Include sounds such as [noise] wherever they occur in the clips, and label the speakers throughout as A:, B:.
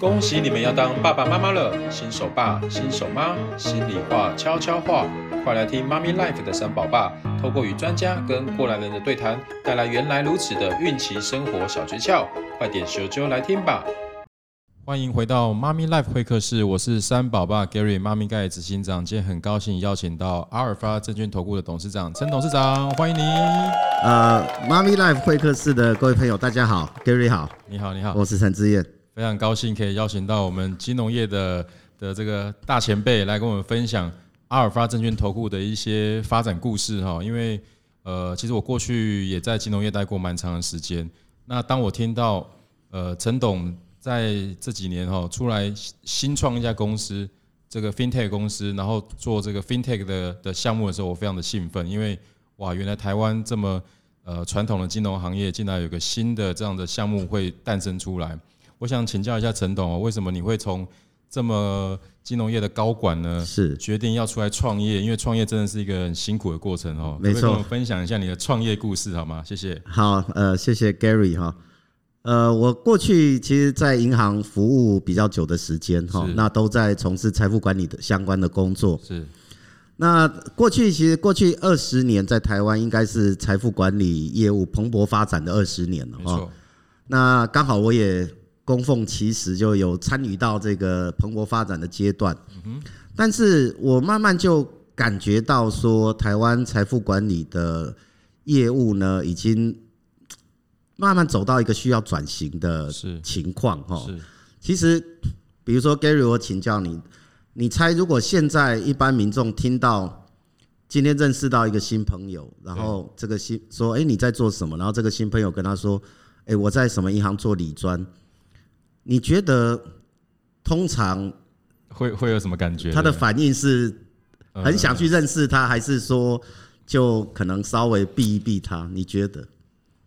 A: 恭喜你们要当爸爸妈妈了，新手爸、新手妈，心里话、悄悄话，快来听妈咪 life 的三宝爸，透过与专家跟过来人的对谈，带来原来如此的孕期生活小诀窍，快点咻啾来听吧！欢迎回到妈咪 life 会客室，我是三宝爸 Gary，妈咪盖执行长，今天很高兴邀请到阿尔法证券投顾的董事长陈董事长，欢迎你！
B: 呃，妈咪 Life 会客室的各位朋友，大家好，Gary 好，
A: 你好，你好，
B: 我是陈志燕。
A: 非常高兴可以邀请到我们金融业的的这个大前辈来跟我们分享阿尔法证券投顾的一些发展故事哈。因为呃，其实我过去也在金融业待过蛮长的时间。那当我听到呃陈董在这几年哈出来新创一家公司，这个 FinTech 公司，然后做这个 FinTech 的的项目的时候，我非常的兴奋，因为哇，原来台湾这么呃传统的金融行业，竟然有个新的这样的项目会诞生出来。我想请教一下陈董哦，为什么你会从这么金融业的高管呢，
B: 是
A: 决定要出来创业？因为创业真的是一个很辛苦的过程哦。
B: 没
A: 可不可
B: 错
A: 以跟我们分享一下你的创业故事好吗？谢谢。
B: 好，呃，谢谢 Gary 哈。呃，我过去其实，在银行服务比较久的时间哈
A: 是，
B: 那都在从事财富管理的相关的工作。
A: 是
B: 那过去其实过去二十年在台湾应该是财富管理业务蓬勃发展的二十年了
A: 没
B: 哈。
A: 错，
B: 那刚好我也供奉其实就有参与到这个蓬勃发展的阶段。但是我慢慢就感觉到说，台湾财富管理的业务呢，已经慢慢走到一个需要转型的
A: 是
B: 情况哈。
A: 是
B: 其实，比如说 Gary，我请教你，你猜如果现在一般民众听到今天认识到一个新朋友，然后这个新说，哎、你在做什么？然后这个新朋友跟他说，哎、我在什么银行做理专，你觉得通常
A: 会会有什么感觉？
B: 他的反应是
A: 呃
B: 很想去认识他，还是说就可能稍微避一避他？你觉得？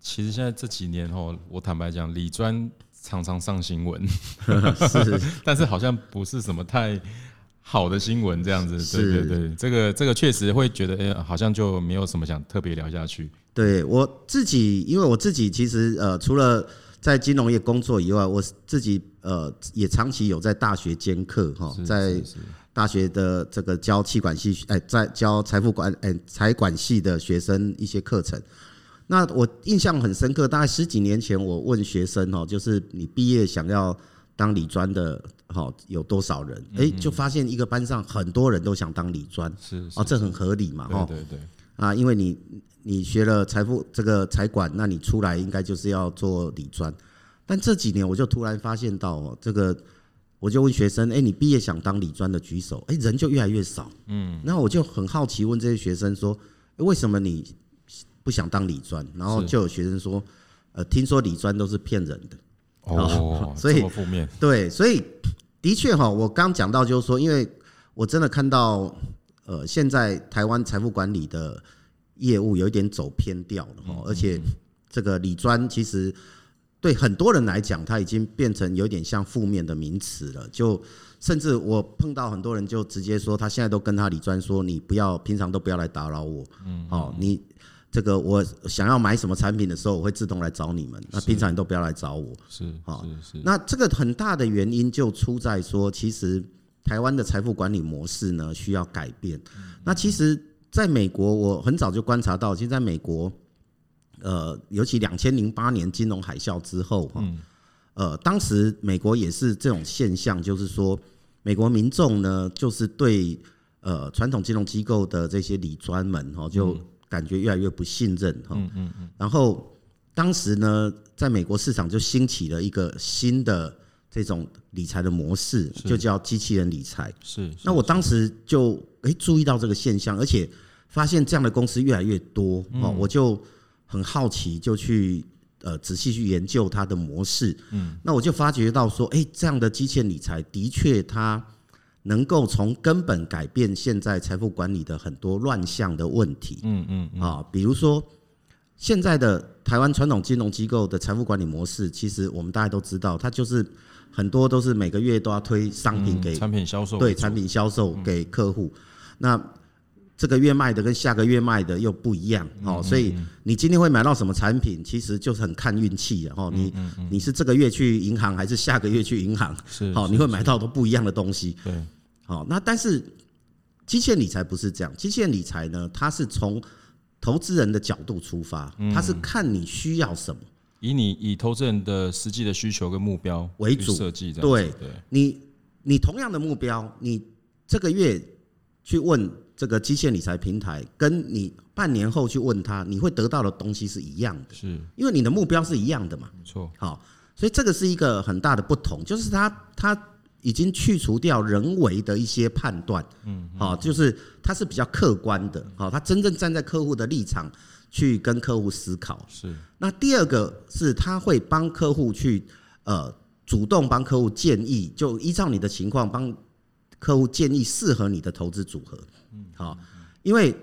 A: 其实现在这几年哦，我坦白讲，理专常常上新闻， [laughs]
B: 是
A: 但是好像不是什么太好的新闻这样子。对
B: 是
A: 对对，这个这个确实会觉得，哎、好像就没有什么想特别聊下去。
B: 对我自己，因为我自己其实呃，除了在金融业工作以外，我自己呃也长期有在大学兼课哈
A: 是，
B: 哦在
A: 是是
B: 大学的这个教气管系，哎，在教财富管哎财管系的学生一些课程。那我印象很深刻，大概十几年前，我问学生哦，就是你毕业想要当理专的，好有多少人？
A: 嗯
B: 哎，就发现一个班上很多人都想当理专，
A: 是是
B: 哦，这很合理嘛，哈。
A: 对对对。
B: 啊，因为你你学了财富这个财管，那你出来应该就是要做理专。但这几年我就突然发现到哦，这个我就问学生，哎、你毕业想当理专的举手，哎、人就越来越少。嗯，那我就很好奇问这些学生说，诶为什么你不想当理专？然后
A: 是
B: 就有学生说，呃，听说理专都是骗人的。
A: 哦，
B: [laughs] 所以
A: 这么负面
B: 对，所以的确哈，我刚讲到就是说，因为我真的看到，呃，现在台湾财富管理的业务有一点走偏掉了哈，而且这个理专其实对很多人来讲，它已经变成有点像负面的名词了，就。甚至我碰到很多人就直接说，他现在都跟他理专说，你不要平常都不要来打扰我，嗯，哦，你这个我想要买什么产品的时候，我会自动来找你们，那平常你都不要来找我，
A: 是
B: 好
A: 是是
B: 那这个很大的原因就出在说，其实台湾的财富管理模式呢需要改变。那其实在美国，我很早就观察到，其实在美国，呃，尤其两千零八年金融海啸之后，哈、呃，当时美国也是这种现象，就是说美国民众呢，就是对呃传统金融机构的这些理专们，哈、就感觉越来越不信任，哈、然后当时呢，在美国市场就兴起了一个新的这种理财的模式，
A: 是
B: 就叫机器人理财。
A: 是。
B: 那我当时就诶、注意到这个现象，而且发现这样的公司越来越多、
A: 嗯
B: 哦，我就很好奇，就去呃仔细去研究它的模式。嗯，那我就发觉到说，诶、这样的基建理财的确它能够从根本改变现在财富管理的很多乱象的问题。
A: 嗯嗯，
B: 啊，比如说现在的台湾传统金融机构的财富管理模式，其实我们大家都知道，它就是很多都是每个月都要推商品
A: 嗯
B: 给
A: 产品销售嗯
B: 对
A: 为主
B: 产品销售给客户。那这个月卖的跟下个月卖的又不一样
A: 嗯
B: 哦，所以你今天会买到什么产品，其实就是很看运气的哦。
A: 嗯
B: 你你是这个月去银行还是下个月去银行？
A: 是
B: 好，
A: 是
B: 你会买到都不一样的东西。
A: 对，
B: 好，那但是基线理财不是这样，基线理财呢，它是从投资人的角度出发，它是看你需要什么。
A: 以你以投资人的实际的需求跟目标
B: 为
A: 去
B: 主
A: 设计这样子，对
B: 你你同样的目标，你这个月去问这个基线理财平台，跟你半年后去问他，你会得到的东西是一样的，
A: 是
B: 因为你的目标是一样的嘛。
A: 没错，
B: 好，所以这个是一个很大的不同，就是它它已经去除掉人为的一些判断，嗯，好、就是它是比较客观的，好、它真正站在客户的立场去跟客户思考。
A: 是
B: 那第二个是他会帮客户去呃主动帮客户建议，就依照你的情况帮客户建议适合你的投资组合。嗯，好，因为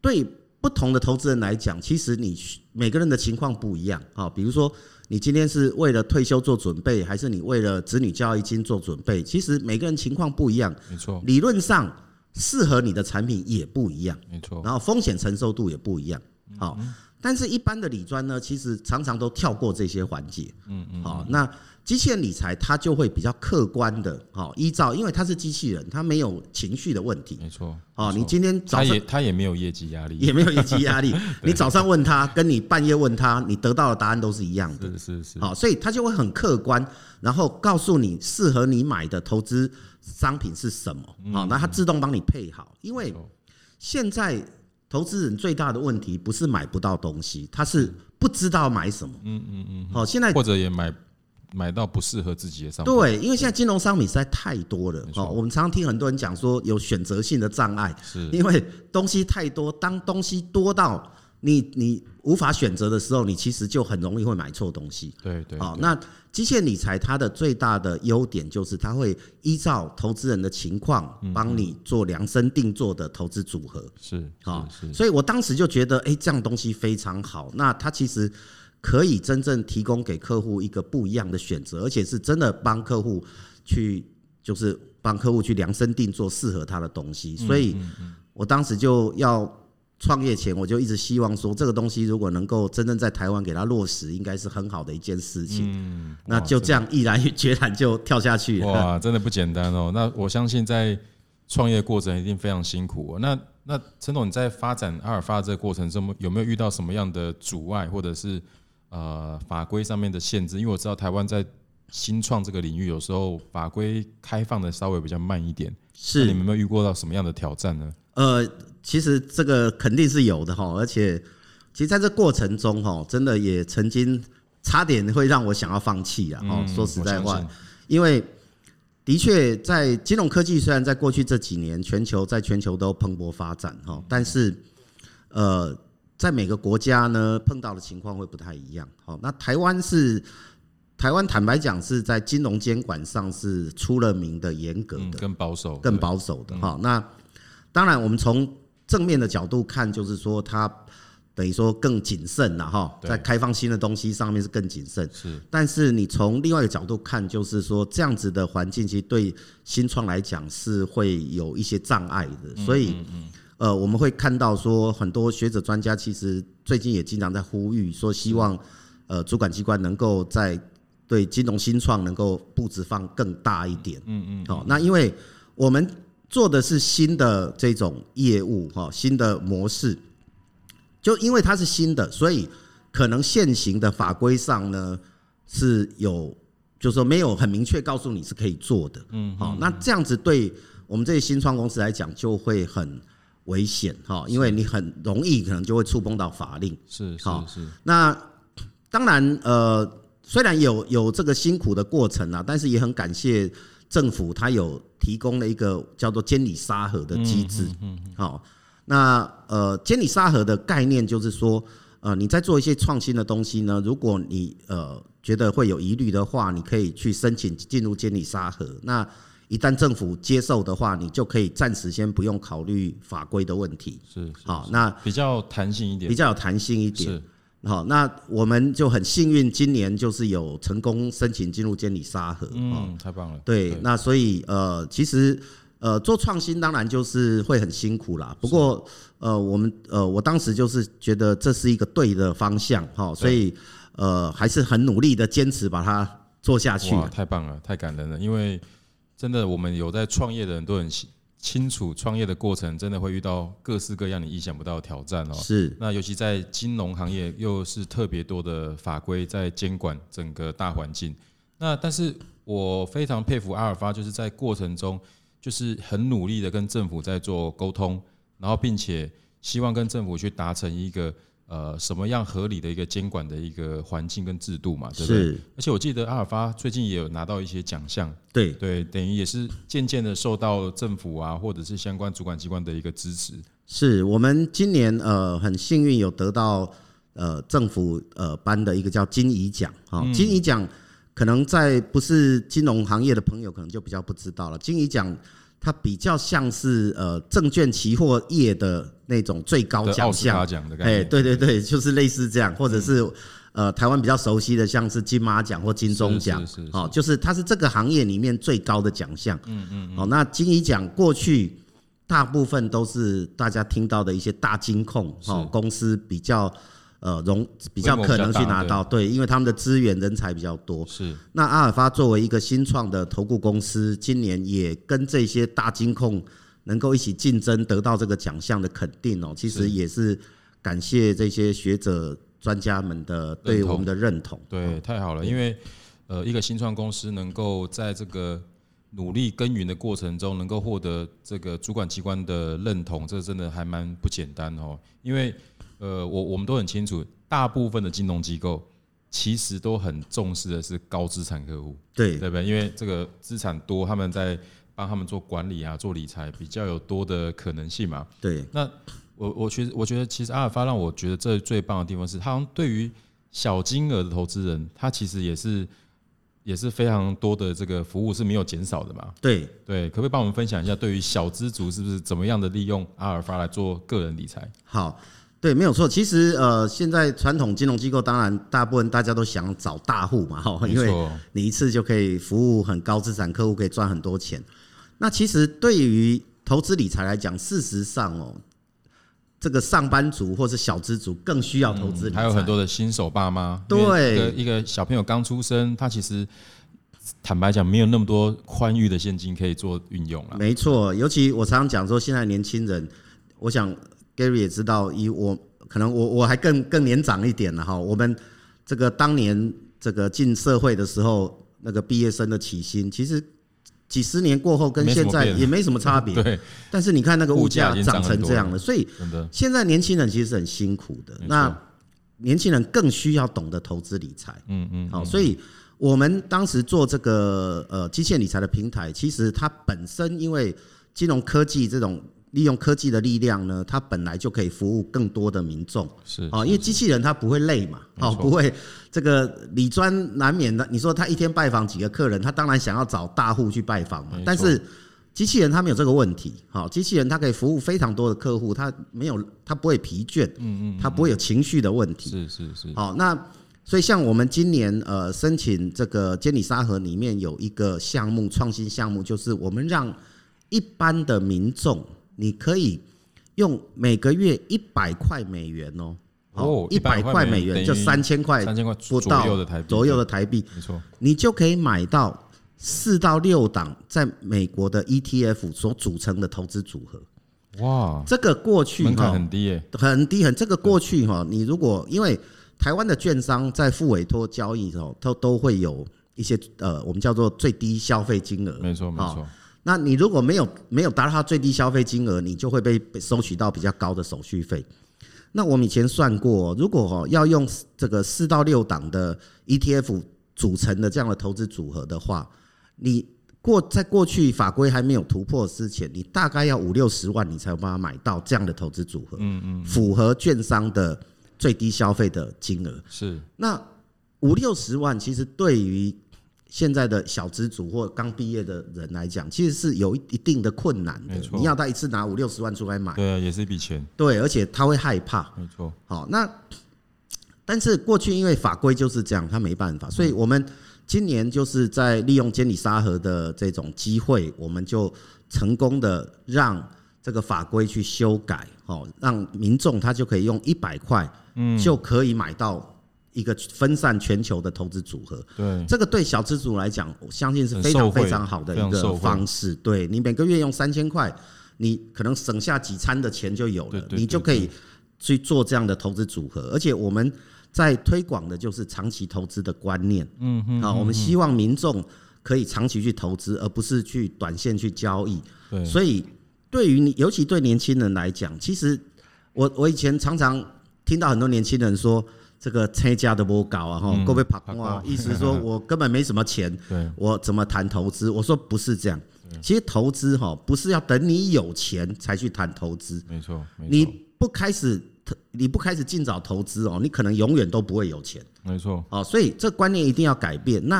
B: 对不同的投资人来讲，其实你需每个人的情况不一样啊、比如说，你今天是为了退休做准备，还是你为了子女教育金做准备？其实每个人情况不一样，
A: 没错
B: 理论上适合你的产品也不一样。
A: 没错，
B: 然后风险承受度也不一样。好、但是一般的理专呢，其实常常都跳过这些环节。嗯嗯。好、那机器人理财它就会比较客观的，好、依照，因为它是机器人，它没有情绪的问题。
A: 没错，
B: 好、
A: 没
B: 你
A: 错
B: 今天早
A: 他
B: 上
A: 也他也没有业绩压力，
B: 也没有业绩 [laughs] 压力，你早上问他，跟你半夜问他，你得到的答案都是一样的。
A: 是是是，
B: 好，所以他就会很客观，然后告诉你适合你买的投资商品是什么。好，那他自动帮你配好，因为
A: 嗯没错
B: 现在投资人最大的问题不是买不到东西，他是不知道买什么。嗯嗯嗯。好，现在
A: 或者也买买到不适合自己的商品，
B: 对，因为现在金融商品实在太多了
A: 没。错
B: 哦，我们常常听很多人讲说有选择性的障碍，
A: 是
B: 因为东西太多，当东西多到你你无法选择的时候，你其实就很容易会买错东西。
A: 对对，对
B: 好，哦那基线理财它的最大的优点就是它会依照投资人的情况，
A: 嗯
B: 帮你做量身定做的投资组合。
A: 是
B: 好
A: 是是，
B: 啊所以我当时就觉得，哎、这样东西非常好。那它其实可以真正提供给客户一个不一样的选择，而且是真的帮客户去，就是帮客户去量身定做适合他的东西。
A: 嗯
B: 所以我当时就要。创业前我就一直希望说，这个东西如果能够真正在台湾给它落实，应该是很好的一件事情。
A: 嗯
B: 那
A: 哇
B: 就这样毅然 [laughs] 决然就跳下去了。
A: 哇，真的不简单哦。那我相信在创业过程一定非常辛苦、哦。那那陈总，你在发展阿尔法这个过程中，有没有遇到什么样的阻碍，或者是呃法规上面的限制？因为我知道台湾在新创这个领域，有时候法规开放的稍微比较慢一点。那
B: 是
A: 你们有没有遇过到什么样的挑战呢？
B: 呃，其实这个肯定是有的哈，而且其实在这过程中哈，真的也曾经差点会让我想要放弃啊。哈、
A: 嗯
B: 说实在，
A: 我
B: 话
A: 相，信
B: 因为的确在金融科技虽然在过去这几年全球在全球都蓬勃发展哈，但是呃，在每个国家呢碰到的情况会不太一样。好，那台湾是。台湾坦白讲是在金融监管上是出了名的严格的
A: 嗯，，更保守，嗯
B: 更
A: 对
B: 保守的哈、那当然，我们从正面的角度看，就是说它等于说更谨慎了哈，
A: 对
B: 在开放新的东西上面是更谨慎。
A: 是
B: 但是你从另外一个角度看，就是说这样子的环境其实对新创来讲是会有一些障碍的，所以。呃，我们会看到说，很多学者专家其实最近也经常在呼吁说，希望呃主管机关能够在对金融新创能够步子放更大一点。嗯嗯。好、那因为我们做的是新的这种业务哈、新的模式，就因为它是新的，所以可能现行的法规上呢是有，就是说没有很明确告诉你是可以做的。嗯，好、那这样子对我们这些新创公司来讲就会很危险哈、因为你很容易可能就会触碰到法令。
A: 是是
B: 好
A: 是，
B: 那当然，呃，虽然有有这个辛苦的过程啊，但是也很感谢政府，它有提供了一个叫做监理沙盒的机制。嗯，好、那呃，监理沙盒的概念就是说，呃，你在做一些创新的东西呢，如果你呃觉得会有疑虑的话，你可以去申请进入监理沙盒。那一旦政府接受的话，你就可以暂时先不用考虑法规的问题。
A: 是
B: 好，那
A: 比较弹性一点
B: 比，较有弹性一点。
A: 是
B: 好，那我们就很幸运，今年就是有成功申请进入监理沙盒。哦，
A: 嗯，太棒了，
B: 对，那所以呃，其实呃，做创新当然就是会很辛苦啦。不过，呃，我们呃，我当时就是觉得这是一个对的方向哈，所以呃，还是很努力的坚持把它做下去。啊
A: 哇，太棒了，太感人了！因为真的，我们有在创业的人都很清清楚，创业的过程真的会遇到各式各样你意想不到的挑战哦。
B: 是
A: 那尤其在金融行业，又是特别多的法规在监管整个大环境。那但是我非常佩服阿尔法，就是在过程中就是很努力的跟政府在做沟通，然后并且希望跟政府去达成一个呃什么样合理的一个监管的一个环境跟制度嘛，对不对？
B: 是，
A: 而且我记得阿尔法最近也有拿到一些奖项，
B: 对，
A: 对，等于也是渐渐的受到政府啊或者是相关主管机关的一个支持。
B: 是我们今年呃很幸运有得到呃政府呃颁的一个叫金怡奖哈，
A: 嗯
B: 金怡奖可能在不是金融行业的朋友可能就比较不知道了，金怡奖它比较像是呃证券期货业的那种最高
A: 的
B: 奖
A: 奥斯
B: 项
A: 卡，奖的概
B: 哎，
A: 念，
B: 对对对，就是类似这样，或者是、呃台湾比较熟悉的，像是金马奖或金钟奖
A: 是是是，
B: 哦，就是它是这个行业里面最高的奖项。嗯嗯。哦，那金鹰奖过去大部分都是大家听到的一些大金控哦公司比较呃容比较
A: 规模
B: 可
A: 比较
B: 能去
A: 大
B: 拿到，对，因为他们的资源人才比较多。
A: 是
B: 那阿尔法作为一个新创的投顾公司，今年也跟这些大金控能够一起竞争，得到这个奖项的肯定哦，其实也是感谢这些学者专家们的对
A: 认同
B: 我们的认同。
A: 对，太好了，因为呃，一个新创公司能够在这个努力耕耘的过程中，能够获得这个主管机关的认同，这真的还蛮不简单哦。因为呃，我我们都很清楚，大部分的金融机构其实都很重视的是高资产客户，
B: 对
A: 对不对？因为这个资产多，他们在帮他们做管理啊，做理财比较有多的可能性嘛。
B: 对
A: 那我我觉得我觉得其实阿尔法让我觉得这最棒的地方是，他好像对于小金额的投资人，他其实也是也是非常多的这个服务是没有减少的嘛。
B: 对，
A: 对，可不可以帮我们分享一下，对于小资族是不是怎么样的利用阿尔法来做个人理财？
B: 好。对，没有错。其实，呃，现在传统金融机构当然大部分大家都想找大户嘛，哈，哦因为
A: 没错
B: 你一次就可以服务很高资产客户，可以赚很多钱。那其实对于投资理财来讲，事实上哦，这个上班族或是小资族更需要投资理
A: 嗯
B: 财、
A: 还有很多的新手爸妈，
B: 对
A: 因为一个一个小朋友刚出生，他其实坦白讲没有那么多宽裕的现金可以做运用了。
B: 没错，尤其我常常讲说，现在年轻人，我想 Gary 也知道，以我可能我我还更更年长一点了哈。我们这个当年这个进社会的时候，那个毕业生的起薪，其实几十年过后跟
A: 没什么
B: 现在
A: 变
B: 也没什么差
A: [laughs]
B: 别。
A: 对，
B: 但是你看那个物
A: 物价
B: 价
A: 已经
B: 涨
A: 涨很
B: 成
A: 多
B: 这样
A: 了
B: 了，所以
A: 真的
B: 现在年轻人其实是很辛苦的
A: 没。错
B: 那年轻人更需要懂得投资理财。嗯嗯，好，所以我们当时做这个呃基线理财的平台，其实它本身因为金融科技这种利用科技的力量呢，它本来就可以服务更多的民众。
A: 是
B: 哦，因为机器人它不会累嘛，
A: 没
B: 哦，
A: 错
B: 不会这个理专难免的，你说他一天拜访几个客人，他当然想要找大户去拜访嘛
A: 没，错
B: 但是机器人它没有这个问题，好、机器人它可以服务非常多的客户，它没有它不会疲倦，嗯嗯，它不会有情绪的问题，
A: 是是是，
B: 好、那所以像我们今年呃申请这个监理沙盒里面有一个项目创新项目，就是我们让一般的民众你可以用每个月一百块美元哦。
A: 哦
B: 一百
A: 100
B: 块
A: 块
B: 美
A: 美
B: 元
A: 元
B: 就
A: 等于
B: 三千块
A: 三千块左
B: 不到
A: 右的台币，
B: 左右的台币，
A: 没错，
B: 你就可以买到四到六档在美国的 ETF 所组成的投资组合。
A: 哇，
B: 这个过去
A: 门槛
B: 哈
A: 很低耶、
B: 很低很，这个过去哈，你如果因为台湾的券商在付委托交易哦，都都会有一些呃，我们叫做最低消费金额。
A: 没错没
B: 哦
A: 错，
B: 那你如果没有没有达到它最低消费金额，你就会被被收取到比较高的手续费。那我们以前算过，如果哦要用这个四到六档的 ETF 组成的这样的投资组合的话，你过在过去法规还没有突破之前，你大概要五六十万，你才有办法买到这样的投资组合，嗯嗯，符合券商的最低消费的金额。
A: 是
B: 那五六十万，其实对于现在的小资族或刚毕业的人来讲，其实是有一定的困难的
A: 没。错
B: 你要他一次拿五六十万出来买，
A: 对啊，也是一笔钱，
B: 对，而且他会害怕。
A: 没错，
B: 好，那但是过去因为法规就是这样，他没办法，所以我们今年就是在利用监理沙盒的这种机会，我们就成功的让这个法规去修改，哦，让民众他就可以用一百块，嗯，就可以买到一个分散全球的投资组合。
A: 对，
B: 这个对小资主来讲，我相信是
A: 嗯很
B: 非
A: 受
B: 常
A: 惠
B: 非常好的
A: 非常
B: 一
A: 受
B: 个
A: 惠
B: 方式。对你每个月用三千块，你可能省下几餐的钱就有
A: 对
B: 了
A: 对，对
B: 你就可以去做这样的投资组合。而且我们在推广的就是长期投资的观念。嗯哼，啊，我们希望民众可以长期去投资，而不是去短线去交易。
A: 对，
B: 所以对于你，尤其对年轻人来讲，其实我我以前常常听到很多年轻人说。这个参加的不高啊，哈，
A: 嗯
B: 够被跑
A: 打工
B: 啊，意思说我根本没什么钱，
A: 对，
B: 我怎么谈投资？我说不是这样，
A: 嗯
B: 其实投资哈不是要等你有钱才去谈投资，
A: 没错，没
B: 你
A: 错，
B: 不开始你不开始尽早投资哦，你可能永远都不会有钱
A: 没错，
B: 哦，所以这观念一定要改变。那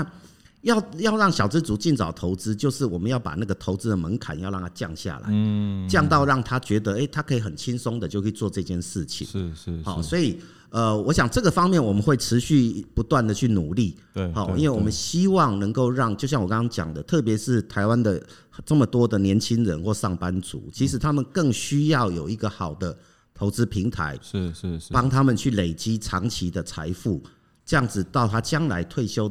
B: 要要让小资族尽早投资，就是我们要把那个投资的门槛要让它降下来，嗯，降到让他觉得诶，他可以很轻松的就去做这件事情。
A: 是是
B: 好，
A: 是，
B: 所以呃，我想这个方面我们会持续不断的去努力。
A: 对，
B: 好，
A: 嗯对
B: 因为我们
A: 对
B: 希望能够让，就像我刚刚讲的，特别是台湾的这么多的年轻人或上班族，其实他们更需要有一个好的投资平台，
A: 是是是，
B: 帮他们去累积长期的财富，这样子到他将来退休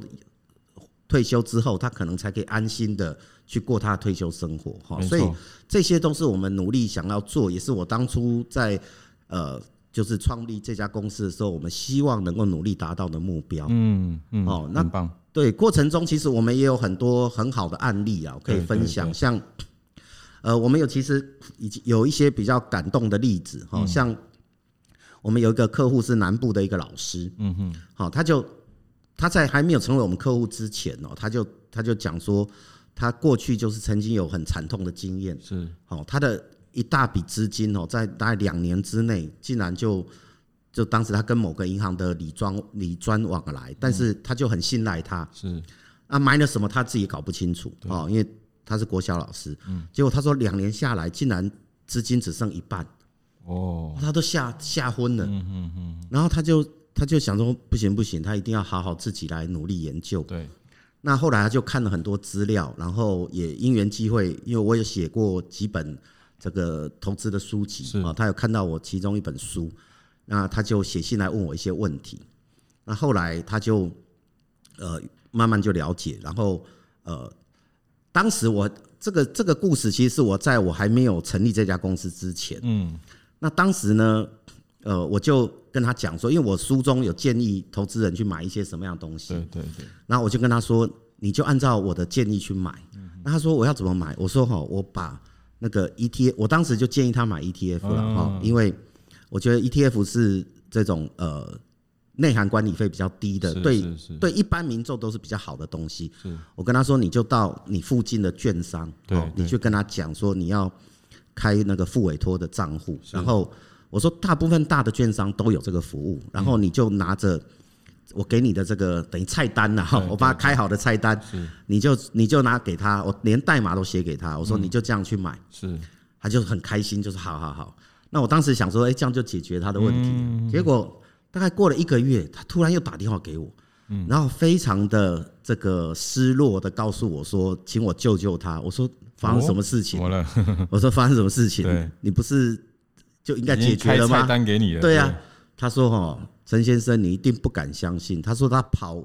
B: 退休之后，他可能才可以安心的去过他的退休生活哈。
A: 没
B: 所以
A: 错，
B: 这些都是我们努力想要做，也是我当初在呃，就是创立这家公司的时候，我们希望能够努力达到的目标。
A: 嗯嗯，
B: 哦那
A: 很棒，
B: 对，过程中其实我们也有很多很好的案例啊，可以
A: 对
B: 分享。
A: 对对
B: 像，呃，我们有其实已经有一些比较感动的例子，
A: 嗯
B: 哈、像我们有一个客户是南部的一个老师，
A: 嗯哼，
B: 好、他就他在还没有成为我们客户之前哦，他就他就讲说，他过去就是曾经有很惨痛的经验，
A: 是
B: 哦，他的一大笔资金哦，在大概两年之内，竟然就就当时他跟某个银行的理专理专往来，
A: 嗯
B: 但是他就很信赖他。
A: 是，
B: 啊，埋了什么他自己搞不清楚哦，因为他是国小老师。结果他说两年下来，竟然资金只剩一半，
A: 哦，
B: 他都吓吓昏了。然后他就他就想说，不行不行，他一定要好好自己来努力研究。
A: 对，
B: 那后来他就看了很多资料，然后也因缘机会，因为我有写过几本这个投资的书籍
A: 是
B: 啊、他有看到我其中一本书，那他就写信来问我一些问题。那后来他就呃慢慢就了解，然后呃，当时我这个这个故事其实是我在我还没有成立这家公司之前，
A: 嗯，
B: 那当时呢，呃，我就跟他讲说，因为我书中有建议投资人去买一些什么样的东西，
A: 对对对，
B: 然后我就跟他说，你就按照我的建议去买。那他说我要怎么买？我说哈，我把那个 ETF，我当时就建议他买 E ETF
A: 嗯
B: 了哈、因为我觉得 ETF 是这种呃内涵管理费比较低的，
A: 是
B: 对
A: 是是
B: 对一般民众都是比较好的东西
A: 是。
B: 我跟他说，你就到你附近的券商，
A: 对
B: 哦
A: 对
B: 你去跟他讲说你要开那个付委托的账户，然后我说大部分大的券商都有这个服务，
A: 嗯
B: 然后你就拿着。我给你的这个等于菜单呐、哈
A: 对，
B: [laughs] 我帮他开好的菜单
A: 是，
B: 你就你就拿给他，我连代码都写给他，我
A: 嗯
B: 说你就这样去买，
A: 是
B: 他就很开心，就是好好好。那我当时想说，哎、这样就解决他的问题。
A: 嗯
B: 结果大概过了一个月，他突然又打电话给我，
A: 嗯
B: 然后非常的这个失落的告诉我说，请我救救他。我说发生什么事
A: 怎
B: 情？
A: 么了？
B: 我说发生什么事情
A: 哦对？
B: 你不是就应该
A: 已经
B: 解决了
A: 开
B: 吗
A: 菜？单给你了，
B: 对啊呀、他说：“哦，陈先生，你一定不敢相信。”他说他跑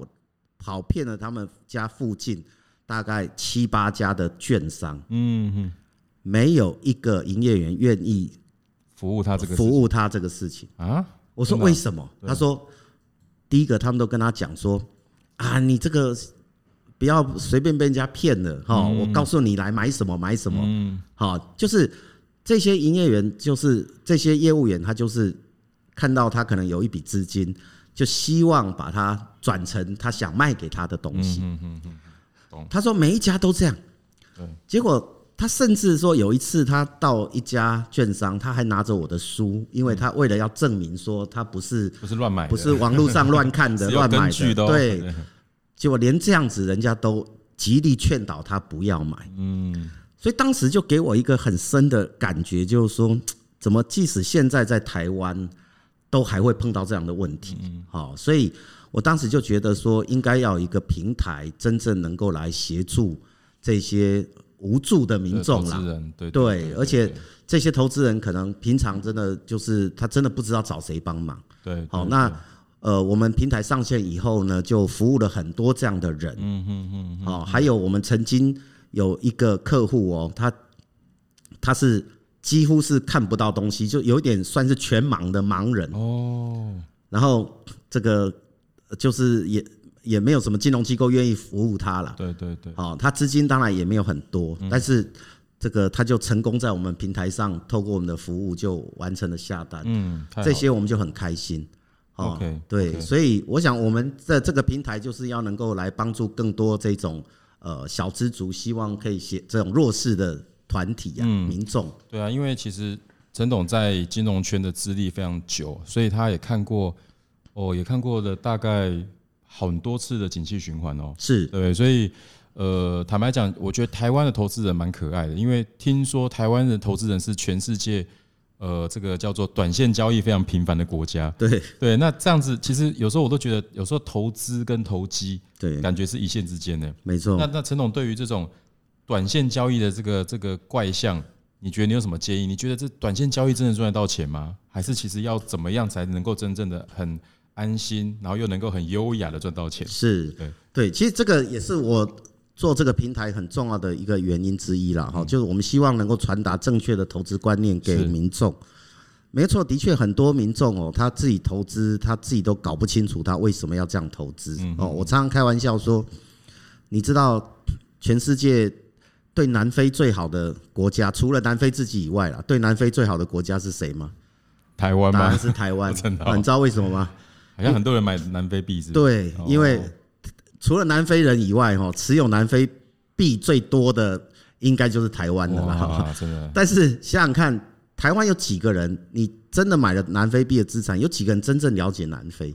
B: 跑遍了他们家附近大概七八家的券商，
A: 嗯嗯，
B: 没有一个营业员愿意
A: 服务他这个
B: 服务他这个事情。
A: 啊，
B: 我说
A: 真的啊
B: 为什么？他说第一个他们都跟他讲说啊，你这个不要随便被人家骗了哈、我告诉你来买什么买什么，
A: 嗯，
B: 好、就是这些营业员，就是这些业务员，他就是看到他可能有一笔资金，就希望把它转成他想卖给他的东西。
A: 嗯嗯嗯，懂
B: 他说每一家都这样
A: 对，
B: 结果。他甚至说有一次，他到一家券商，他还拿着我的书，因为他为了要证明说他不是
A: 不是乱买的，
B: 不是网络上乱看的、
A: [laughs] 是有
B: 乱
A: 根
B: 买
A: 据的哦，
B: 对，结果连这样子，人家都极力劝导他不要买。
A: [laughs] 嗯，
B: 所以当时就给我一个很深的感觉，就是说，怎
A: 嗯
B: 么即使现在在台湾，都还会碰到这样的问题。好、所以我当时就觉得说，应该要有一个平台，真正能够来协助这些无助的民众
A: 这投
B: 啦
A: 资。人对
B: 对而且这些投资人可能平常真的就是他真的不知道找谁帮忙。
A: 对对
B: 好
A: 对
B: 那呃，我们平台上线以后呢，就服务了很多这样的人。
A: 嗯嗯嗯
B: 哦，还有我们曾经有一个客户哦，他他是几乎是看不到东西，就有点算是全盲的盲人。
A: 哦，
B: 然后这个呃就是也也没有什么金融机构愿意服务他了。
A: 对对对，嗯
B: 哦，他资金当然也没有很多，但是这个他就成功在我们平台上透过我们的服务就完成了下单，
A: 嗯，太好
B: 这些我们就很开心。哦
A: OK，
B: 对，
A: OK
B: 所以我想我们在这个平台就是要能够来帮助更多这种呃小资族，希望可以协这种弱势的团体啊、民众。
A: 对啊，因为其实陈董在金融圈的资历非常久，所以他也看过，哦，也看过了大概很多次的景气循环哦。
B: 是
A: 对，所以呃，坦白讲，我觉得台湾的投资人蛮可爱的，因为听说台湾的投资人是全世界呃这个叫做短线交易非常频繁的国家。
B: 对
A: 对，那这样子其实有时候我都觉得，有时候投资跟投机
B: 对，
A: 感觉是一线之间的。
B: 没错
A: 那。那陈总对于这种短线交易的这个这个怪象，你觉得你有什么建议？你觉得这短线交易真的赚得到钱吗？还是其实要怎么样才能够真正的很安心，然后又能够很优雅的赚到钱？
B: 是，
A: 对
B: 对，其实这个也是我做这个平台很重要的一个原因之一啦。哈、就是我们希望能够传达正确的投资观念给
A: 是
B: 民众。没错，的确很多民众哦，他自己投资，他自己都搞不清楚他为什么要这样投资、哦。我常常开玩笑说，你知道全世界对南非最好的国家，除了南非自己以外啦，对南非最好的国家是谁吗？
A: 台湾
B: 答案
A: 吗？
B: 是台湾。
A: 真的哦
B: 啊你知道为什么吗？
A: 好像很多人买南非币是不是？
B: 对，因为
A: 哦
B: 除了南非人以外，哈，持有南非币最多的应该就是台湾的啦。
A: 哇，真的
B: [laughs] 但是想想看，台湾有几个人，你真的买了南非币的资产，有几个人真正了解南非？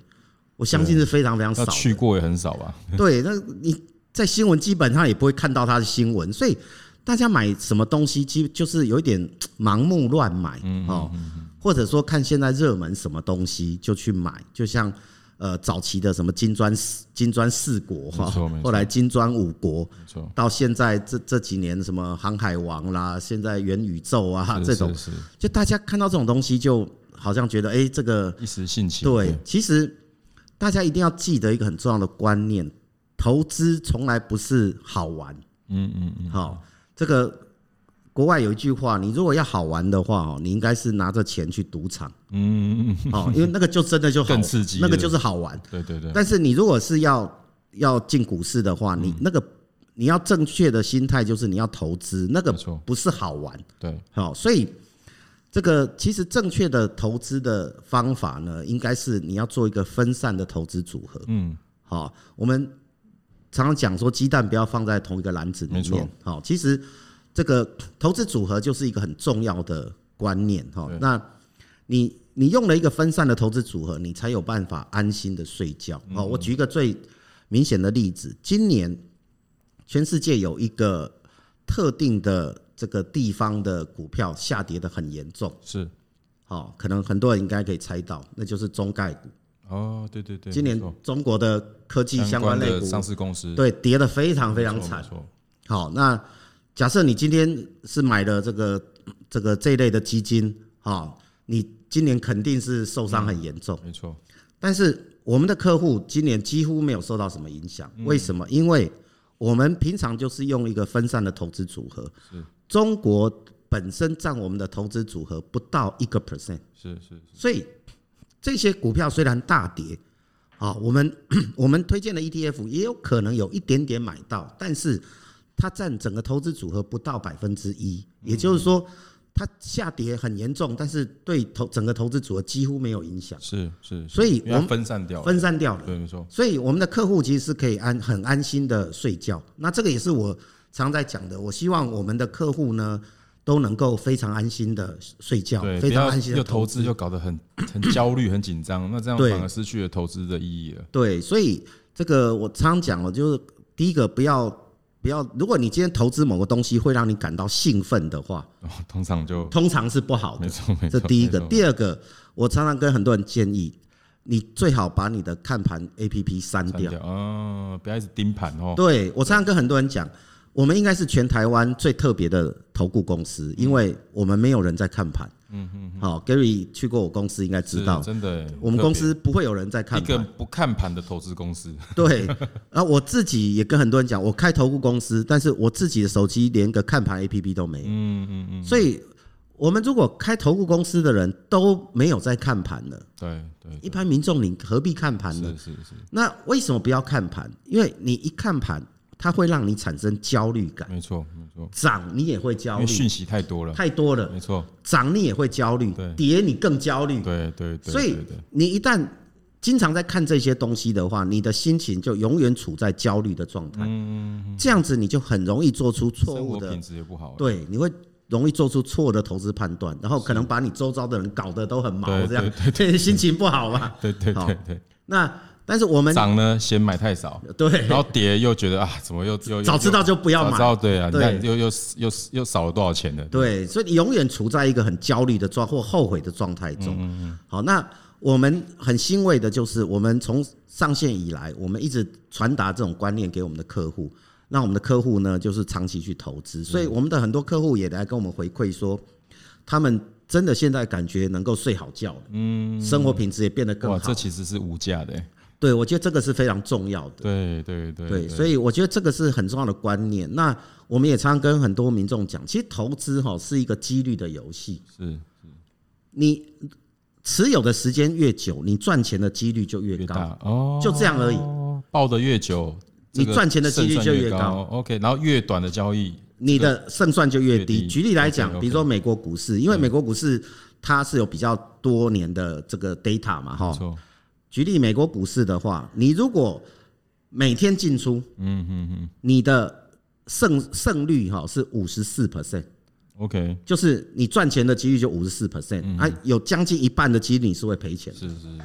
B: 我相信是非常非常少
A: 要
B: 的。
A: 去过也很少啊吧？ [laughs]
B: 对，那你在新闻基本上也不会看到他的新闻，所以大家买什么东西，基就是有一点盲目乱买
A: 嗯
B: 哦，或者说看现在热门什么东西就去买，就像呃早期的什么金砖四金砖四国哈
A: 没错没，错
B: 后来金砖五国，
A: 没错，
B: 到现在这这几年什么航海王啦，现在元宇宙啊
A: 是
B: 这种，
A: 是是
B: 就大家看到这种东西就好像觉得哎、诶这个
A: 一时兴起。
B: 对，其实大家一定要记得一个很重要的观念：投资从来不是好玩。
A: 嗯嗯嗯，
B: 好、这个国外有一句话，你如果要好玩的话，哦，你应该是拿着钱去
A: [laughs]
B: 赌场，
A: 嗯嗯嗯，
B: 哦，因为那个就真的就好
A: 更刺激
B: 那个
A: 对
B: 就是好玩。
A: 对对对，
B: 但是你如果是要要进股市的话，
A: 嗯
B: 你那个你要正确的心态就是你要投资，那个
A: 没错
B: 不是好玩。
A: 对
B: 好、所以这个其实正确的投资的方法呢，应该是你要做一个分散的投资组合。
A: 嗯，
B: 好、我们常常讲说鸡蛋不要放在同一个篮子
A: 没
B: 里
A: 错
B: 面。好、其实这个投资组合就是一个很重要的观念。哈、
A: 对
B: 那你你用了一个分散的投资组合，你才有办法安心的睡觉。
A: 嗯
B: 哦，我举一个最明显的例子，今年全世界有一个特定的这个地方的股票下跌的很严重。
A: 是
B: 好、可能很多人应该可以猜到，那就是中概股。
A: 哦，对对对，
B: 今年
A: 没错
B: 中国的科技相关类
A: 的
B: 股
A: 上市公司
B: 对跌得非常非
A: 非
B: 常惨。
A: 错，
B: 好，那假设你今天是买了这个这个这一类的基金，好、你今年肯定是受伤很严重。
A: 没错，
B: 但是我们的客户今年几乎没有受到什么影响，
A: 嗯
B: 为什么？因为我们平常就是用一个分散的投资组合
A: 是，
B: 中国本身占我们的投资组合不到一个 percent。
A: 是是是，
B: 所以这些股票虽然大跌，啊，我们 [clears throat] 我们推荐的 ETF 也有可能有一点点买到，但是它占整个投资组合不到百分之一，
A: 嗯
B: 也就是说它下跌很严重，但是对投整个投资组合几乎没有影响，
A: 是是，
B: 所以
A: 因为它
B: 我们
A: 分散掉了，
B: 分散掉了。
A: 对，没错，
B: 所以我们的客户其实是可以安很安心的睡觉。那这个也是我常在讲的，我希望我们的客户呢都能够非常安心的睡觉，
A: 对，不
B: 非常
A: 要
B: 安心
A: 又
B: 的
A: 投
B: 投
A: 资又搞得很 [clears throat] 很焦虑、很紧张，那这样
B: 对
A: 反而失去了投资的意义了。
B: 对，所以这个我常讲哦，就是第一个不要不要，如果你今天投资某个东西会让你感到兴奋的话，
A: 然后通常就
B: 通常是不好的
A: 没，错没
B: 这
A: 错，
B: 第一个。
A: 没错
B: 第二个，我常常跟很多人建议，你最好把你的看盘 A P P 删
A: 删
B: 掉。
A: 掉嗯，不要一直盯盘哦。
B: 对我常常跟很多人讲，我们应该是全台湾最特别的投顾公司，因为我们没有人在看盘。嗯嗯，好，Gary 去过我公司，应该知
A: 是
B: 道，
A: 真的欸，
B: 我们
A: 特别
B: 公司不会有人在看
A: 一个
B: 盘。
A: 不看盘的投资公司，
B: [laughs] 对，然后我自己也跟很多人讲，我开投顾公司，但是我自己的手机连个看盘 A P P 都没有。
A: 嗯嗯嗯，
B: 所以，我们如果开投顾公司的人都没有在看盘了，
A: 对对，
B: 一般民众你何必看盘呢
A: 是？是是，
B: 那为什么不要看盘？因为你一看盘，它会让你产生焦虑感，
A: 没错没错，
B: 涨你也会
A: 因
B: 焦
A: 为
B: 虑，
A: 讯息太多了，
B: 太多了，
A: 没错，
B: 涨你也会焦虑
A: 对，
B: 跌你更焦虑。
A: 对对对，
B: 所以
A: 对对
B: 你一旦经常在看这些东西的话，你的心情就永远处在焦虑的状态，这样子你就很容易做出错
A: 嗯生
B: 误
A: 活
B: 的
A: 品质也不好，
B: 对，你会容易做出错的投资判断，然后可能把你周遭的人搞得都很毛，
A: 对
B: 这样这心情不好嘛。
A: 对对
B: 好
A: 对对
B: 那但是我们
A: 对，涨呢嫌买太少，
B: [laughs] 对
A: 然后跌又觉得啊，怎么又又又
B: 早知道就不要
A: 早知
B: 买，
A: 道对啊，你
B: 对
A: 看又又又又少了多少钱呢？
B: 对，所以你永远处在一个很焦虑的状或后悔的状态
A: 嗯
B: 中。好，那我们很欣慰的就是，我们从上线以来，我们一直传达这种观念给我们的客户，让我们的客户呢就是长期去投
A: 嗯
B: 资，所以我们的很多客户也来跟我们回馈说，他们真的现在感觉能够睡好觉了，嗯，生活品质也变得更
A: 哇，
B: 好
A: 这。其实是无价的欸，
B: 对，我觉得这个是非常重要的。
A: 对对对
B: 对，所以我觉得这个是很重要的观念。那我们也常常跟很多民众讲，其实投资哈是一个几率的游戏，
A: 是
B: 你持有的时间越久，你赚钱的几率就越
A: 越
B: 高，
A: 大哦，
B: 就这样而已。
A: 抱得越久，
B: 你
A: 这个
B: 赚钱的几率
A: 胜算
B: 就
A: 越
B: 越高。
A: OK，然后越短的交易，
B: 你的胜算就越
A: 越
B: 低。
A: 低
B: 举例来讲，
A: OK，OK 嗯
B: 比如说美国股市，因为美国股市它是有比较多年的这个 data 嘛，
A: 没
B: 哈。
A: 错，
B: 举例美国股市的话，你如果每天进出，
A: 嗯嗯嗯
B: 你的胜胜率哈是五十四 percent。
A: ，OK，
B: 就是你赚钱的几率就五十四 percent，啊，有将近一半的几率你是会赔钱的。
A: 嗯是是，是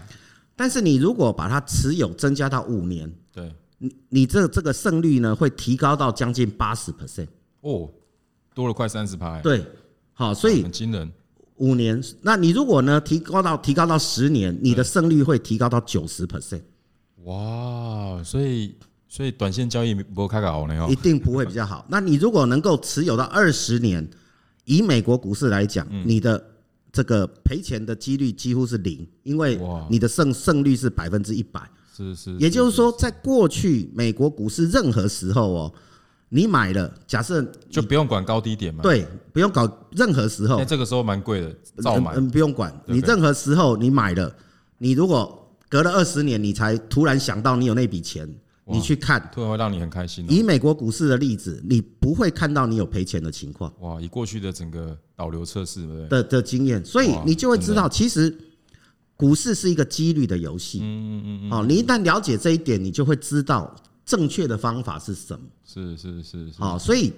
B: 但是你如果把它持有增加到五年，
A: 对，
B: 你你这这个胜率呢会提高到将近八十 percent。
A: 哦，多了快三十趴，，哎
B: 对，好，所以
A: 很惊人，
B: 五年，那你如果呢提高到提高到十年，你的胜率会提高到九十 percent，
A: 哇，所以所以短线交易不开搞呢
B: 一
A: 哦，
B: 定不会比较好。那你如果能够持有到二十年，以美国股市来讲，你的这个赔钱的几率几乎是零，因为
A: 哇
B: 你的胜胜率是百分之一百。
A: 是是，
B: 也就是说，在过去美国股市任何时候哦，你买了，假设
A: 就不用管高低点嘛，，
B: 对，哦不用搞任何时候
A: 那，这个时候蛮贵的，照
B: 嗯
A: 买，
B: 嗯，不用管，
A: 对
B: 你任何时候你买了，你如果隔了二十年你才突然想到你有那笔钱，
A: 哇
B: 你去看，
A: 突然会让你很开心哦
B: 以美国股市的例子，你不会看到你有赔钱的情况
A: 哦，哇，以过去的整个导流测试，对不对？
B: 的的经验，所以
A: 哇
B: 你就会知道，其实股市是一个几率的游戏。
A: 嗯嗯嗯嗯，
B: 哦，你一旦了解这一点，你就会知道正确的方法是什么。哦
A: 是是是是，
B: 好，所以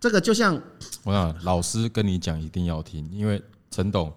B: 这个就像
A: 我想老师跟你讲一定要听，因为陈董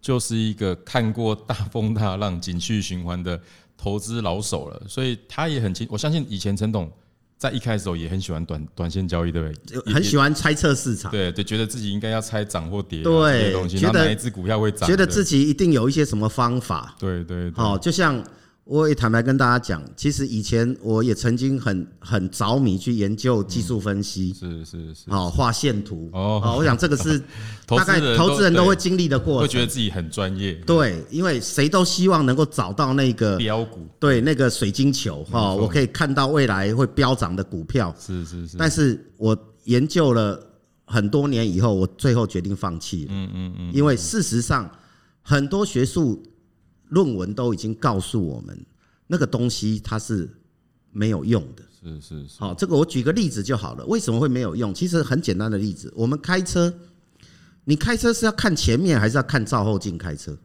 A: 就是一个看过大风大浪、景气循环的投资老手了，所以他也很清。我相信以前陈董在一开始的时候也很喜欢短短线交易，对不对？
B: 很喜欢猜测市场，
A: 对对，觉得自己应该要猜涨或跌啊
B: 对
A: 这些东西，
B: 觉
A: 然
B: 得
A: 后哪一只股票会涨，
B: 觉得自
A: 己
B: 己一定有一些什么方法。
A: 对对对
B: 好，就像我也坦白跟大家讲，其实以前我也曾经很很着迷去研究技术分析，
A: 是嗯是是，
B: 好画线图。
A: 哦
B: 好，我想这
A: [laughs]
B: 个是
A: 投
B: 大
A: 资
B: 概
A: 人
B: 投资人都会
A: 对
B: 经历的过
A: 会觉
B: 程。
A: 得自己很专业，
B: 对，因为谁都希望能够找到那个
A: 标股
B: 对那个水晶球哈，
A: 没错
B: 我可以看到未来会飙涨的股票，
A: 是是是，
B: 但是我研究了很多年以后，我最后决定放弃了。嗯嗯嗯，因为事实上，很多学术论文都已经告诉我们，那个东西它是没有用的。
A: 是是是，
B: 好，这个我举个例子就好了。为什么会没有用？其实很简单的例子，我们开车，你开车是要看前面还是要看照后镜开车？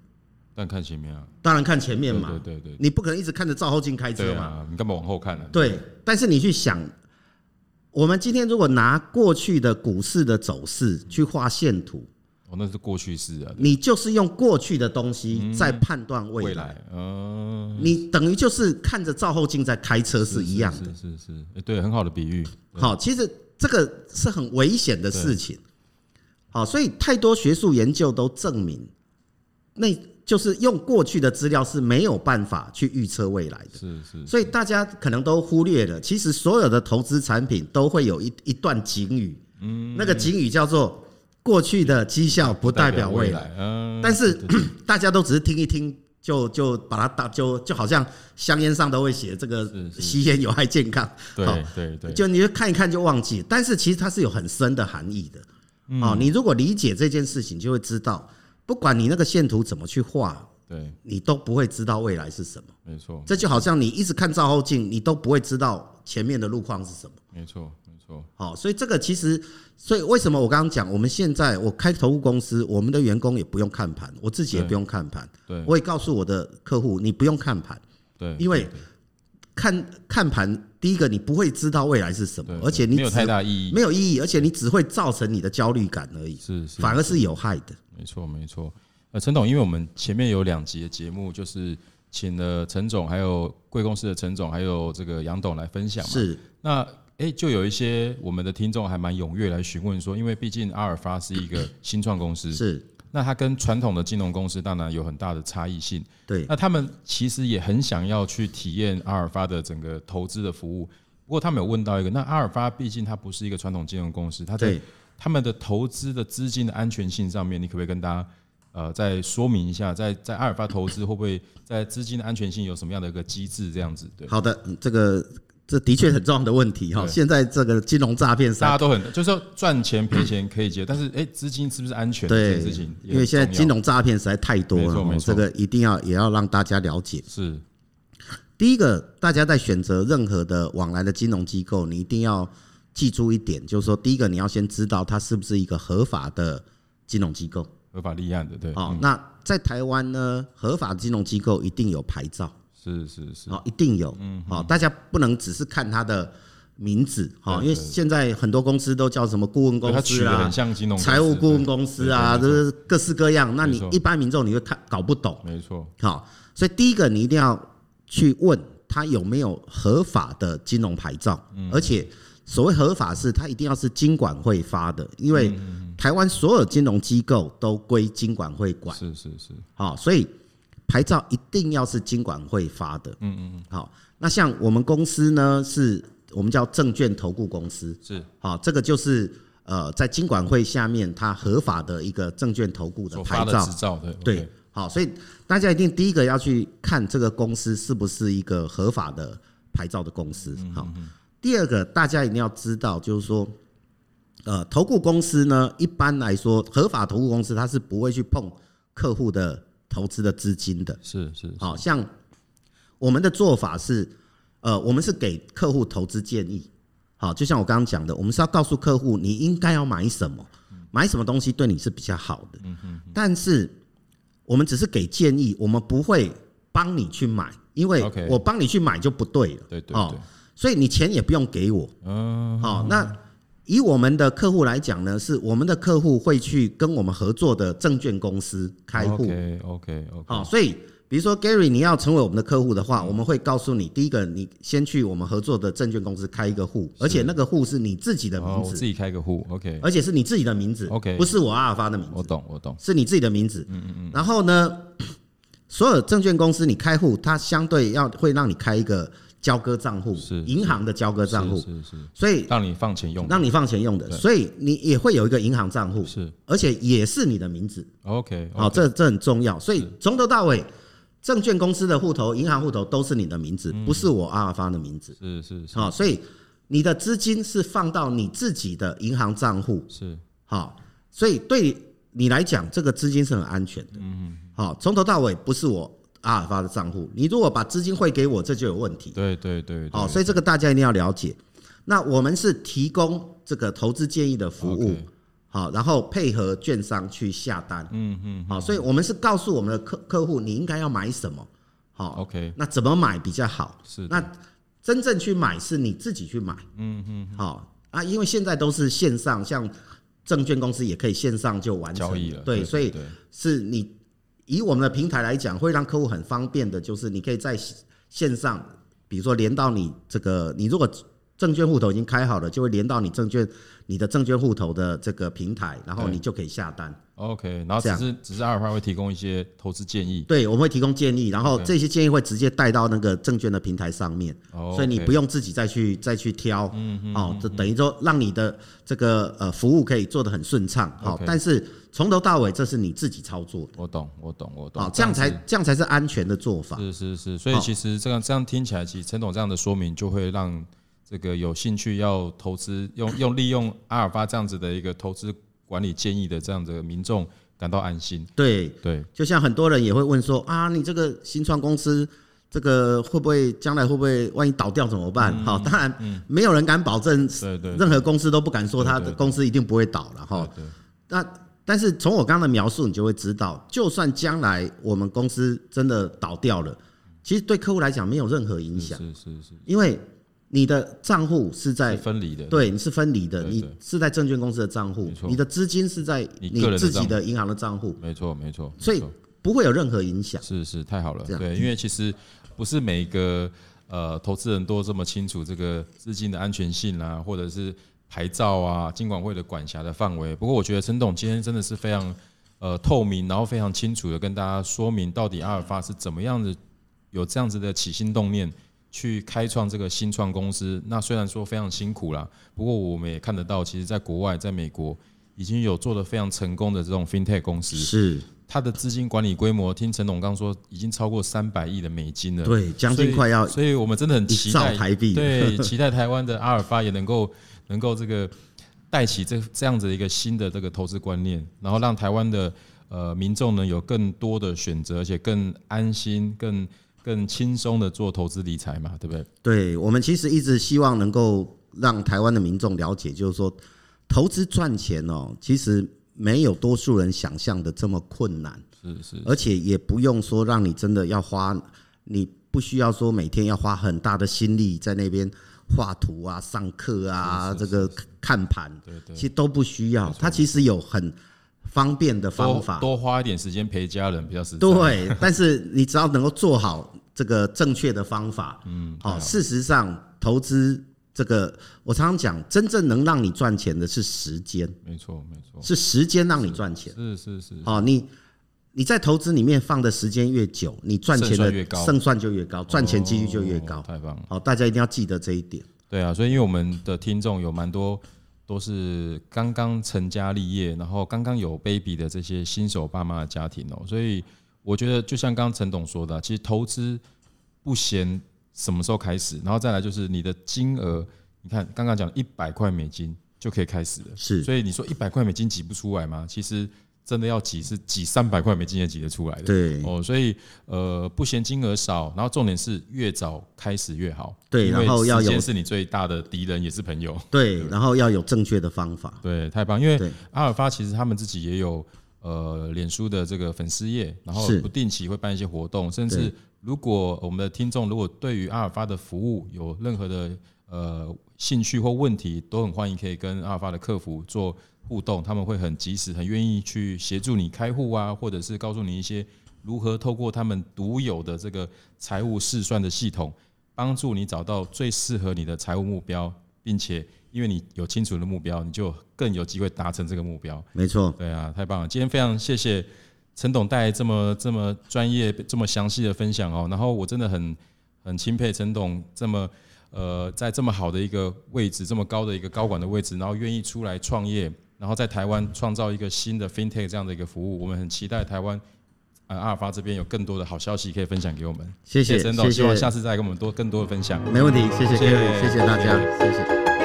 A: 但看前面啊，
B: 当然看前面嘛，
A: 对对对对
B: 你不可能一直看着照后镜开车
A: 对
B: 嘛。
A: 啊，你干嘛往后看呢？
B: 对，但是你去想，我们今天如果拿过去的股市的走势去画线图，
A: 哦，那是过去式啊，
B: 你就是用过去的东西在判断未
A: 嗯未
B: 来，
A: 来，嗯。
B: 你等于就是看着照后镜在开车是一样的。
A: 是是是是诶对，很好的比喻，
B: 好，其实这个是很危险的事情。好，所以太多学术研究都证明，那就是用过去的资料是没有办法去预测未来的，
A: 是是，
B: 所以大家可能都忽略了，其实所有的投资产品都会有一一段警语，嗯，那个警语叫做过去的绩效不代表未来，，
A: 嗯，
B: 但是
A: 对对
B: [clears throat] 大家都只是听一听。就就把它打就就好像香烟上都会写这个
A: 是是
B: 吸烟有害健康，好
A: 对对对，
B: 就你就看一看就忘记，但是其实它是有很深的含义的。
A: 嗯
B: 哦，你如果理解这件事情，就会知道，不管你那个线图怎么去画，
A: 对，
B: 你都不会知道未来是什么。
A: 没错，
B: 这就好像你一直看照后镜，你都不会知道前面的路况是什么。
A: 没错，没错，
B: 好、所以这个其实，所以为什么我刚刚讲，我们现在我开投顾公司，我们的员工也不用看盘，我自己也
A: 对
B: 不用看盘，
A: 对
B: 我也告诉我的客户，你不用看盘。
A: 对，
B: 因为
A: 对对
B: 看看盘，第一个你不会知道未来是什么
A: 对，
B: 而且
A: 对
B: 你
A: 没有
B: 只
A: 太大意义，
B: 没有意义，而且你只会造成你的焦虑感而已，
A: 是是，
B: 反而是有害的。
A: 没错，没错。呃，陈董，因为我们前面有两集的节目，就是请了陈总，还有贵公司的陈总，还有这个杨董来分享嘛。
B: 是
A: 那诶，就有一些我们的听众还蛮踊跃来询问说，因为毕竟阿尔法是一个新创公司，
B: 是，
A: 那它跟传统的金融公司当然有很大的差异性。
B: 对
A: 那他们其实也很想要去体验阿尔法的整个投资的服务，不过他们有问到一个，那阿尔法毕竟它不是一个传统金融公司，它在
B: 对。
A: 他们的投资的资金的安全性上面，你可不可以跟大家呃再说明一下，在在阿尔法投资会不会在资金的安全性有什么样的一个机制？这样子对，
B: 好的，嗯这个这的确很重要的问题哈。
A: 对
B: 现在这个金融诈骗
A: 大
B: 上
A: 家，都很就是说赚钱赔钱可以接，但是哎，资、金是不是安全这件
B: 对
A: 事情，也很重要，
B: 因为现在金融诈骗实在太多
A: 没
B: 了
A: 错
B: 哈
A: 没，错
B: 这个一定要也要让大家了解。
A: 是
B: 第一个，大家在选择任何的往来的金融机构，你一定要记住一点，就是说，第一个你要先知道它是不是一个合法的金融机构
A: 合法立案的，对，嗯
B: 哦。那在台湾呢，合法金融机构一定有牌照。
A: 是是是，
B: 哦，一定有，
A: 嗯
B: 哦，大家不能只是看它的名字，哦，
A: 对
B: 因为
A: 对
B: 现在很多公司都叫什么顾问
A: 对
B: 公
A: 它取
B: 司
A: 得
B: 啊
A: 很、像金融
B: 财务顾问
A: 司
B: 公司啊，就
A: 对对
B: 是各式各样。那
A: 没
B: 你
A: 错
B: 一般民众你会看搞不懂，
A: 对，没错，
B: 好、所以第一个你一定要去问他有没有合法的金融牌照，而且所谓合法是它一定要是金管会发的，因为台湾所有金融机构都归金管会管。
A: 是是是，
B: 好、所以牌照一定要是金管会发的。嗯嗯嗯。好、那像我们公司呢，是我们叫证券投顾公司。
A: 是
B: 好、啊这个就是呃，在金管会下面它合法的一个证券投顾的
A: 所
B: 牌
A: 发的
B: 照
A: 执。照对
B: 对
A: OK，
B: 好，所以大家一定第一个要去看这个公司是不是一个合法的牌照的公司。
A: 嗯
B: 好，第二个大家一定要知道，就是说，呃，投顾公司呢，一般来说，合法投顾公司它是不会去碰客户的投资的资金的。
A: 是是
B: 好像我们的做法是，呃，我们是给客户投资建议。好，就像我刚刚讲的，我们是要告诉客户你应该要买什么，买什么东西对你是比较好的。但是我们只是给建议，我们不会帮你去买，因为
A: OK
B: 我帮你去买就不对了。
A: 对对
B: 哦
A: 对，
B: 所以你钱也不用给我。
A: 嗯，
B: 好、那以我们的客户来讲呢，是我们的客户会去跟我们合作的证券公司开户。哦
A: OK OK OK，
B: 好、所以比如说 Gary，你要成为我们的客户的话，我们会告诉你，第一个，你先去我们合作的证券公司开一个户，而且那个户是你自己的
A: 哦，
B: 名
A: 我自
B: 字，
A: 己开个户，OK，
B: 而且是你自己的名字
A: OK 哦
B: 不是我阿尔发的名
A: 我
B: 字，
A: 懂我懂，
B: 是你自己的名字。嗯嗯嗯。然后呢，所有证券公司你开户，它相对要会让你开一个交割账户，
A: 是
B: 银行的交割账户，
A: 是是是，
B: 所以
A: 让你放钱用的，
B: 让你放钱用的，
A: 对
B: 所以你也会有一个银行账户，
A: 是
B: 而且也是你的名字。
A: OK，哦
B: 好、这这很重要。所以从头到尾，证券公司的户头、银行户头都是你的名字，不是我阿尔法的名字。
A: 是嗯是是
B: 好、所以你的资金是放到你自己的银行账户。
A: 是
B: 好、所以对你来讲，这个资金是很安全的。嗯，好、从头到尾不是我阿尔法的账户。你如果把资金汇给我，这就有问题。
A: 对对对，
B: 好、
A: 对
B: 所以这个大家一定要了解。那我们是提供这个投资建议的服务。
A: OK，
B: 好，然后配合券商去下单，
A: 嗯嗯
B: 好，所以我们是告诉我们的客客户你应该要买什么，好，
A: ，OK，
B: 那怎么买比较好？
A: 是
B: 那真正去买是你自己去买，
A: 嗯嗯，
B: 好啊，因为现在都是线上，像证券公司也可以线上就完成
A: 交易了，
B: 对，所以
A: 对
B: 是你以我们的平台来讲，会让客户很方便的，就是你可以在线上，比如说连到你这个，你如果证券户头已经开好了，就会连到你证券你的证券户头的这个平台，然后
A: 对
B: 你就可以下单。
A: OK，然后
B: 这
A: 只
B: 样
A: 是只是阿尔法会提供一些投资建议，
B: 对，我们会提供建议，然后
A: OK
B: 这些建议会直接带到那个证券的平台上面，
A: 哦
B: 所以你
A: OK 嗯
B: 不用自己再去再去挑，哦，这等于说让你的这个呃服务可以做得很顺畅，好
A: OK，
B: 但是从头到尾这是你自己操作的，
A: 我懂，我懂，我懂。
B: 好，哦这样才
A: 子
B: 这样才是安全的做法。
A: 是是是，所以
B: 好
A: 其实这样这样听起来，其实陈总这样的说明，就会让这个有兴趣要投资用用利用阿尔法这样子的一个投资管理建议的这样的民众感到安心。
B: 对，
A: 对，
B: 就像很多人也会问说啊，你这个新创公司，这个会不会将来会不会万一倒掉怎么办？好、当然没有人敢保证，
A: 嗯对对
B: 任何公司都不敢说他
A: 对
B: 的
A: 对对
B: 公司一定不会倒了哈。
A: 对
B: 那但是从我刚刚的描述，你就会知道，就算将来我们公司真的倒掉了，其实对客户来讲没有任何影
A: 对
B: 响，
A: 是是嗯是，
B: 因为你的账户是在
A: 是分离的。
B: 哎对，你是分离的，
A: 对
B: 你
A: 对
B: 是在证券公司的账户
A: 没，错
B: 你的资金是在
A: 你
B: 你
A: 个人的
B: 自己
A: 账户
B: 的银行的账户，
A: 没错没错。
B: 所以
A: 没错
B: 不会有任何影响。
A: 是是太好了
B: 这，样
A: 对，因为其实不是每一个呃投资人都这么清楚这个资金的安全性啦、或者是牌照啊、金管会的管辖的范围。不过我觉得陈董今天真的是非常呃透明，然后非常清楚的跟大家说明到底阿尔法是怎么样的，有这样子的起心动念。去开创这个新创公司，那虽然说非常辛苦啦，不过我们也看得到，其实在国外，在美国已经有做的非常成功的这种 fintech 公司，
B: 是
A: 它的资金管理规模，听陈董刚说已经超过三百亿的美金了，
B: 对，将
A: 所以
B: 近快要
A: 所以我们真的很
B: 一
A: 期
B: 兆
A: 待
B: 台币。
A: 对，期待台湾的阿尔法也能够能够这个带起这这样子的一个新的这个投资观念，然后让台湾的呃民众呢有更多的选择，而且更安心、更更轻松的做投资理财嘛，对不对？
B: [laughs] 对我们其实一直希望能够让台湾的民众了解，就是说投资赚钱哦，其实没有多数人想象的这么困难，
A: 是是
B: 而且也不用说让你真的要花，你不需要说每天要花很大的心力在那边画图啊、上课啊、
A: 是是
B: 这个看盘，
A: 对对
B: 其实都不需要。它其实有很方便的方
A: 多
B: 法，
A: 多花一点时间陪家人比较实在。
B: 对，但是你只要能够做好这个正确的方法，嗯，好、事实上投资这个，我常常讲，真正能让你赚钱的是时间，
A: 没错没错，
B: 是时间让你赚钱。
A: 哦是是是，
B: 好、你你在投资里面放的时间越久，你赚钱
A: 胜
B: 的
A: 算越高
B: 胜算就越高，赚钱几率就越
A: 哦
B: 高。
A: 太棒了。
B: 好、大家一定要记得这一点。
A: 对啊，所以因为我们的听众有蛮多都是刚刚成家立业，然后刚刚有 baby 的这些新手爸妈的家庭哦，所以我觉得就像刚刚陈董说的啊，其实投资不嫌什么时候开始，然后再来就是你的金额，你看刚刚讲一百块美金就可以开始了，
B: 是
A: 所以你说一百块美金挤不出来吗？其实真的要挤是挤三百块美金也挤得出来的。
B: 对
A: 哦，所以呃，不嫌金额少，然后重点是越早开始越好。
B: 对
A: 因为
B: 然后要有
A: 时间是你最大的敌人，也是朋友。
B: 对，然后要有正确的方法。
A: 对，太棒！因为
B: 对
A: 阿尔法其实他们自己也有呃脸书的这个粉丝页，然后
B: 是
A: 不定期会办一些活动，甚至
B: 对
A: 如果我们的听众如果对于阿尔法的服务有任何的呃兴趣或问题，都很欢迎可以跟阿尔法的客服做互动，他们会很及时、很愿意去协助你开户啊，或者是告诉你一些如何透过他们独有的这个财务试算的系统，帮助你找到最适合你的财务目标，并且因为你有清楚的目标，你就更有机会达成这个目标。
B: 没错，
A: 对啊，太棒了！今天非常谢谢陈董带来这么这么专业、这么详细的分享哦。然后我真的很很钦佩陈董这么呃，在这么好的一个位置、这么高的一个高管的位置，然后愿意出来创业，然后在台湾创造一个新的 FinTech 这样的一个服务。我们很期待台湾呃阿尔法这边有更多的好消息可以分享给我们。
B: 谢
A: 谢
B: 谢，
A: 陈董，
B: 谢
A: 希望
B: 谢，
A: 下次再跟我们多更多的分享。
B: 没问题，谢谢
A: 谢谢
B: Kevin，谢谢大家，谢谢。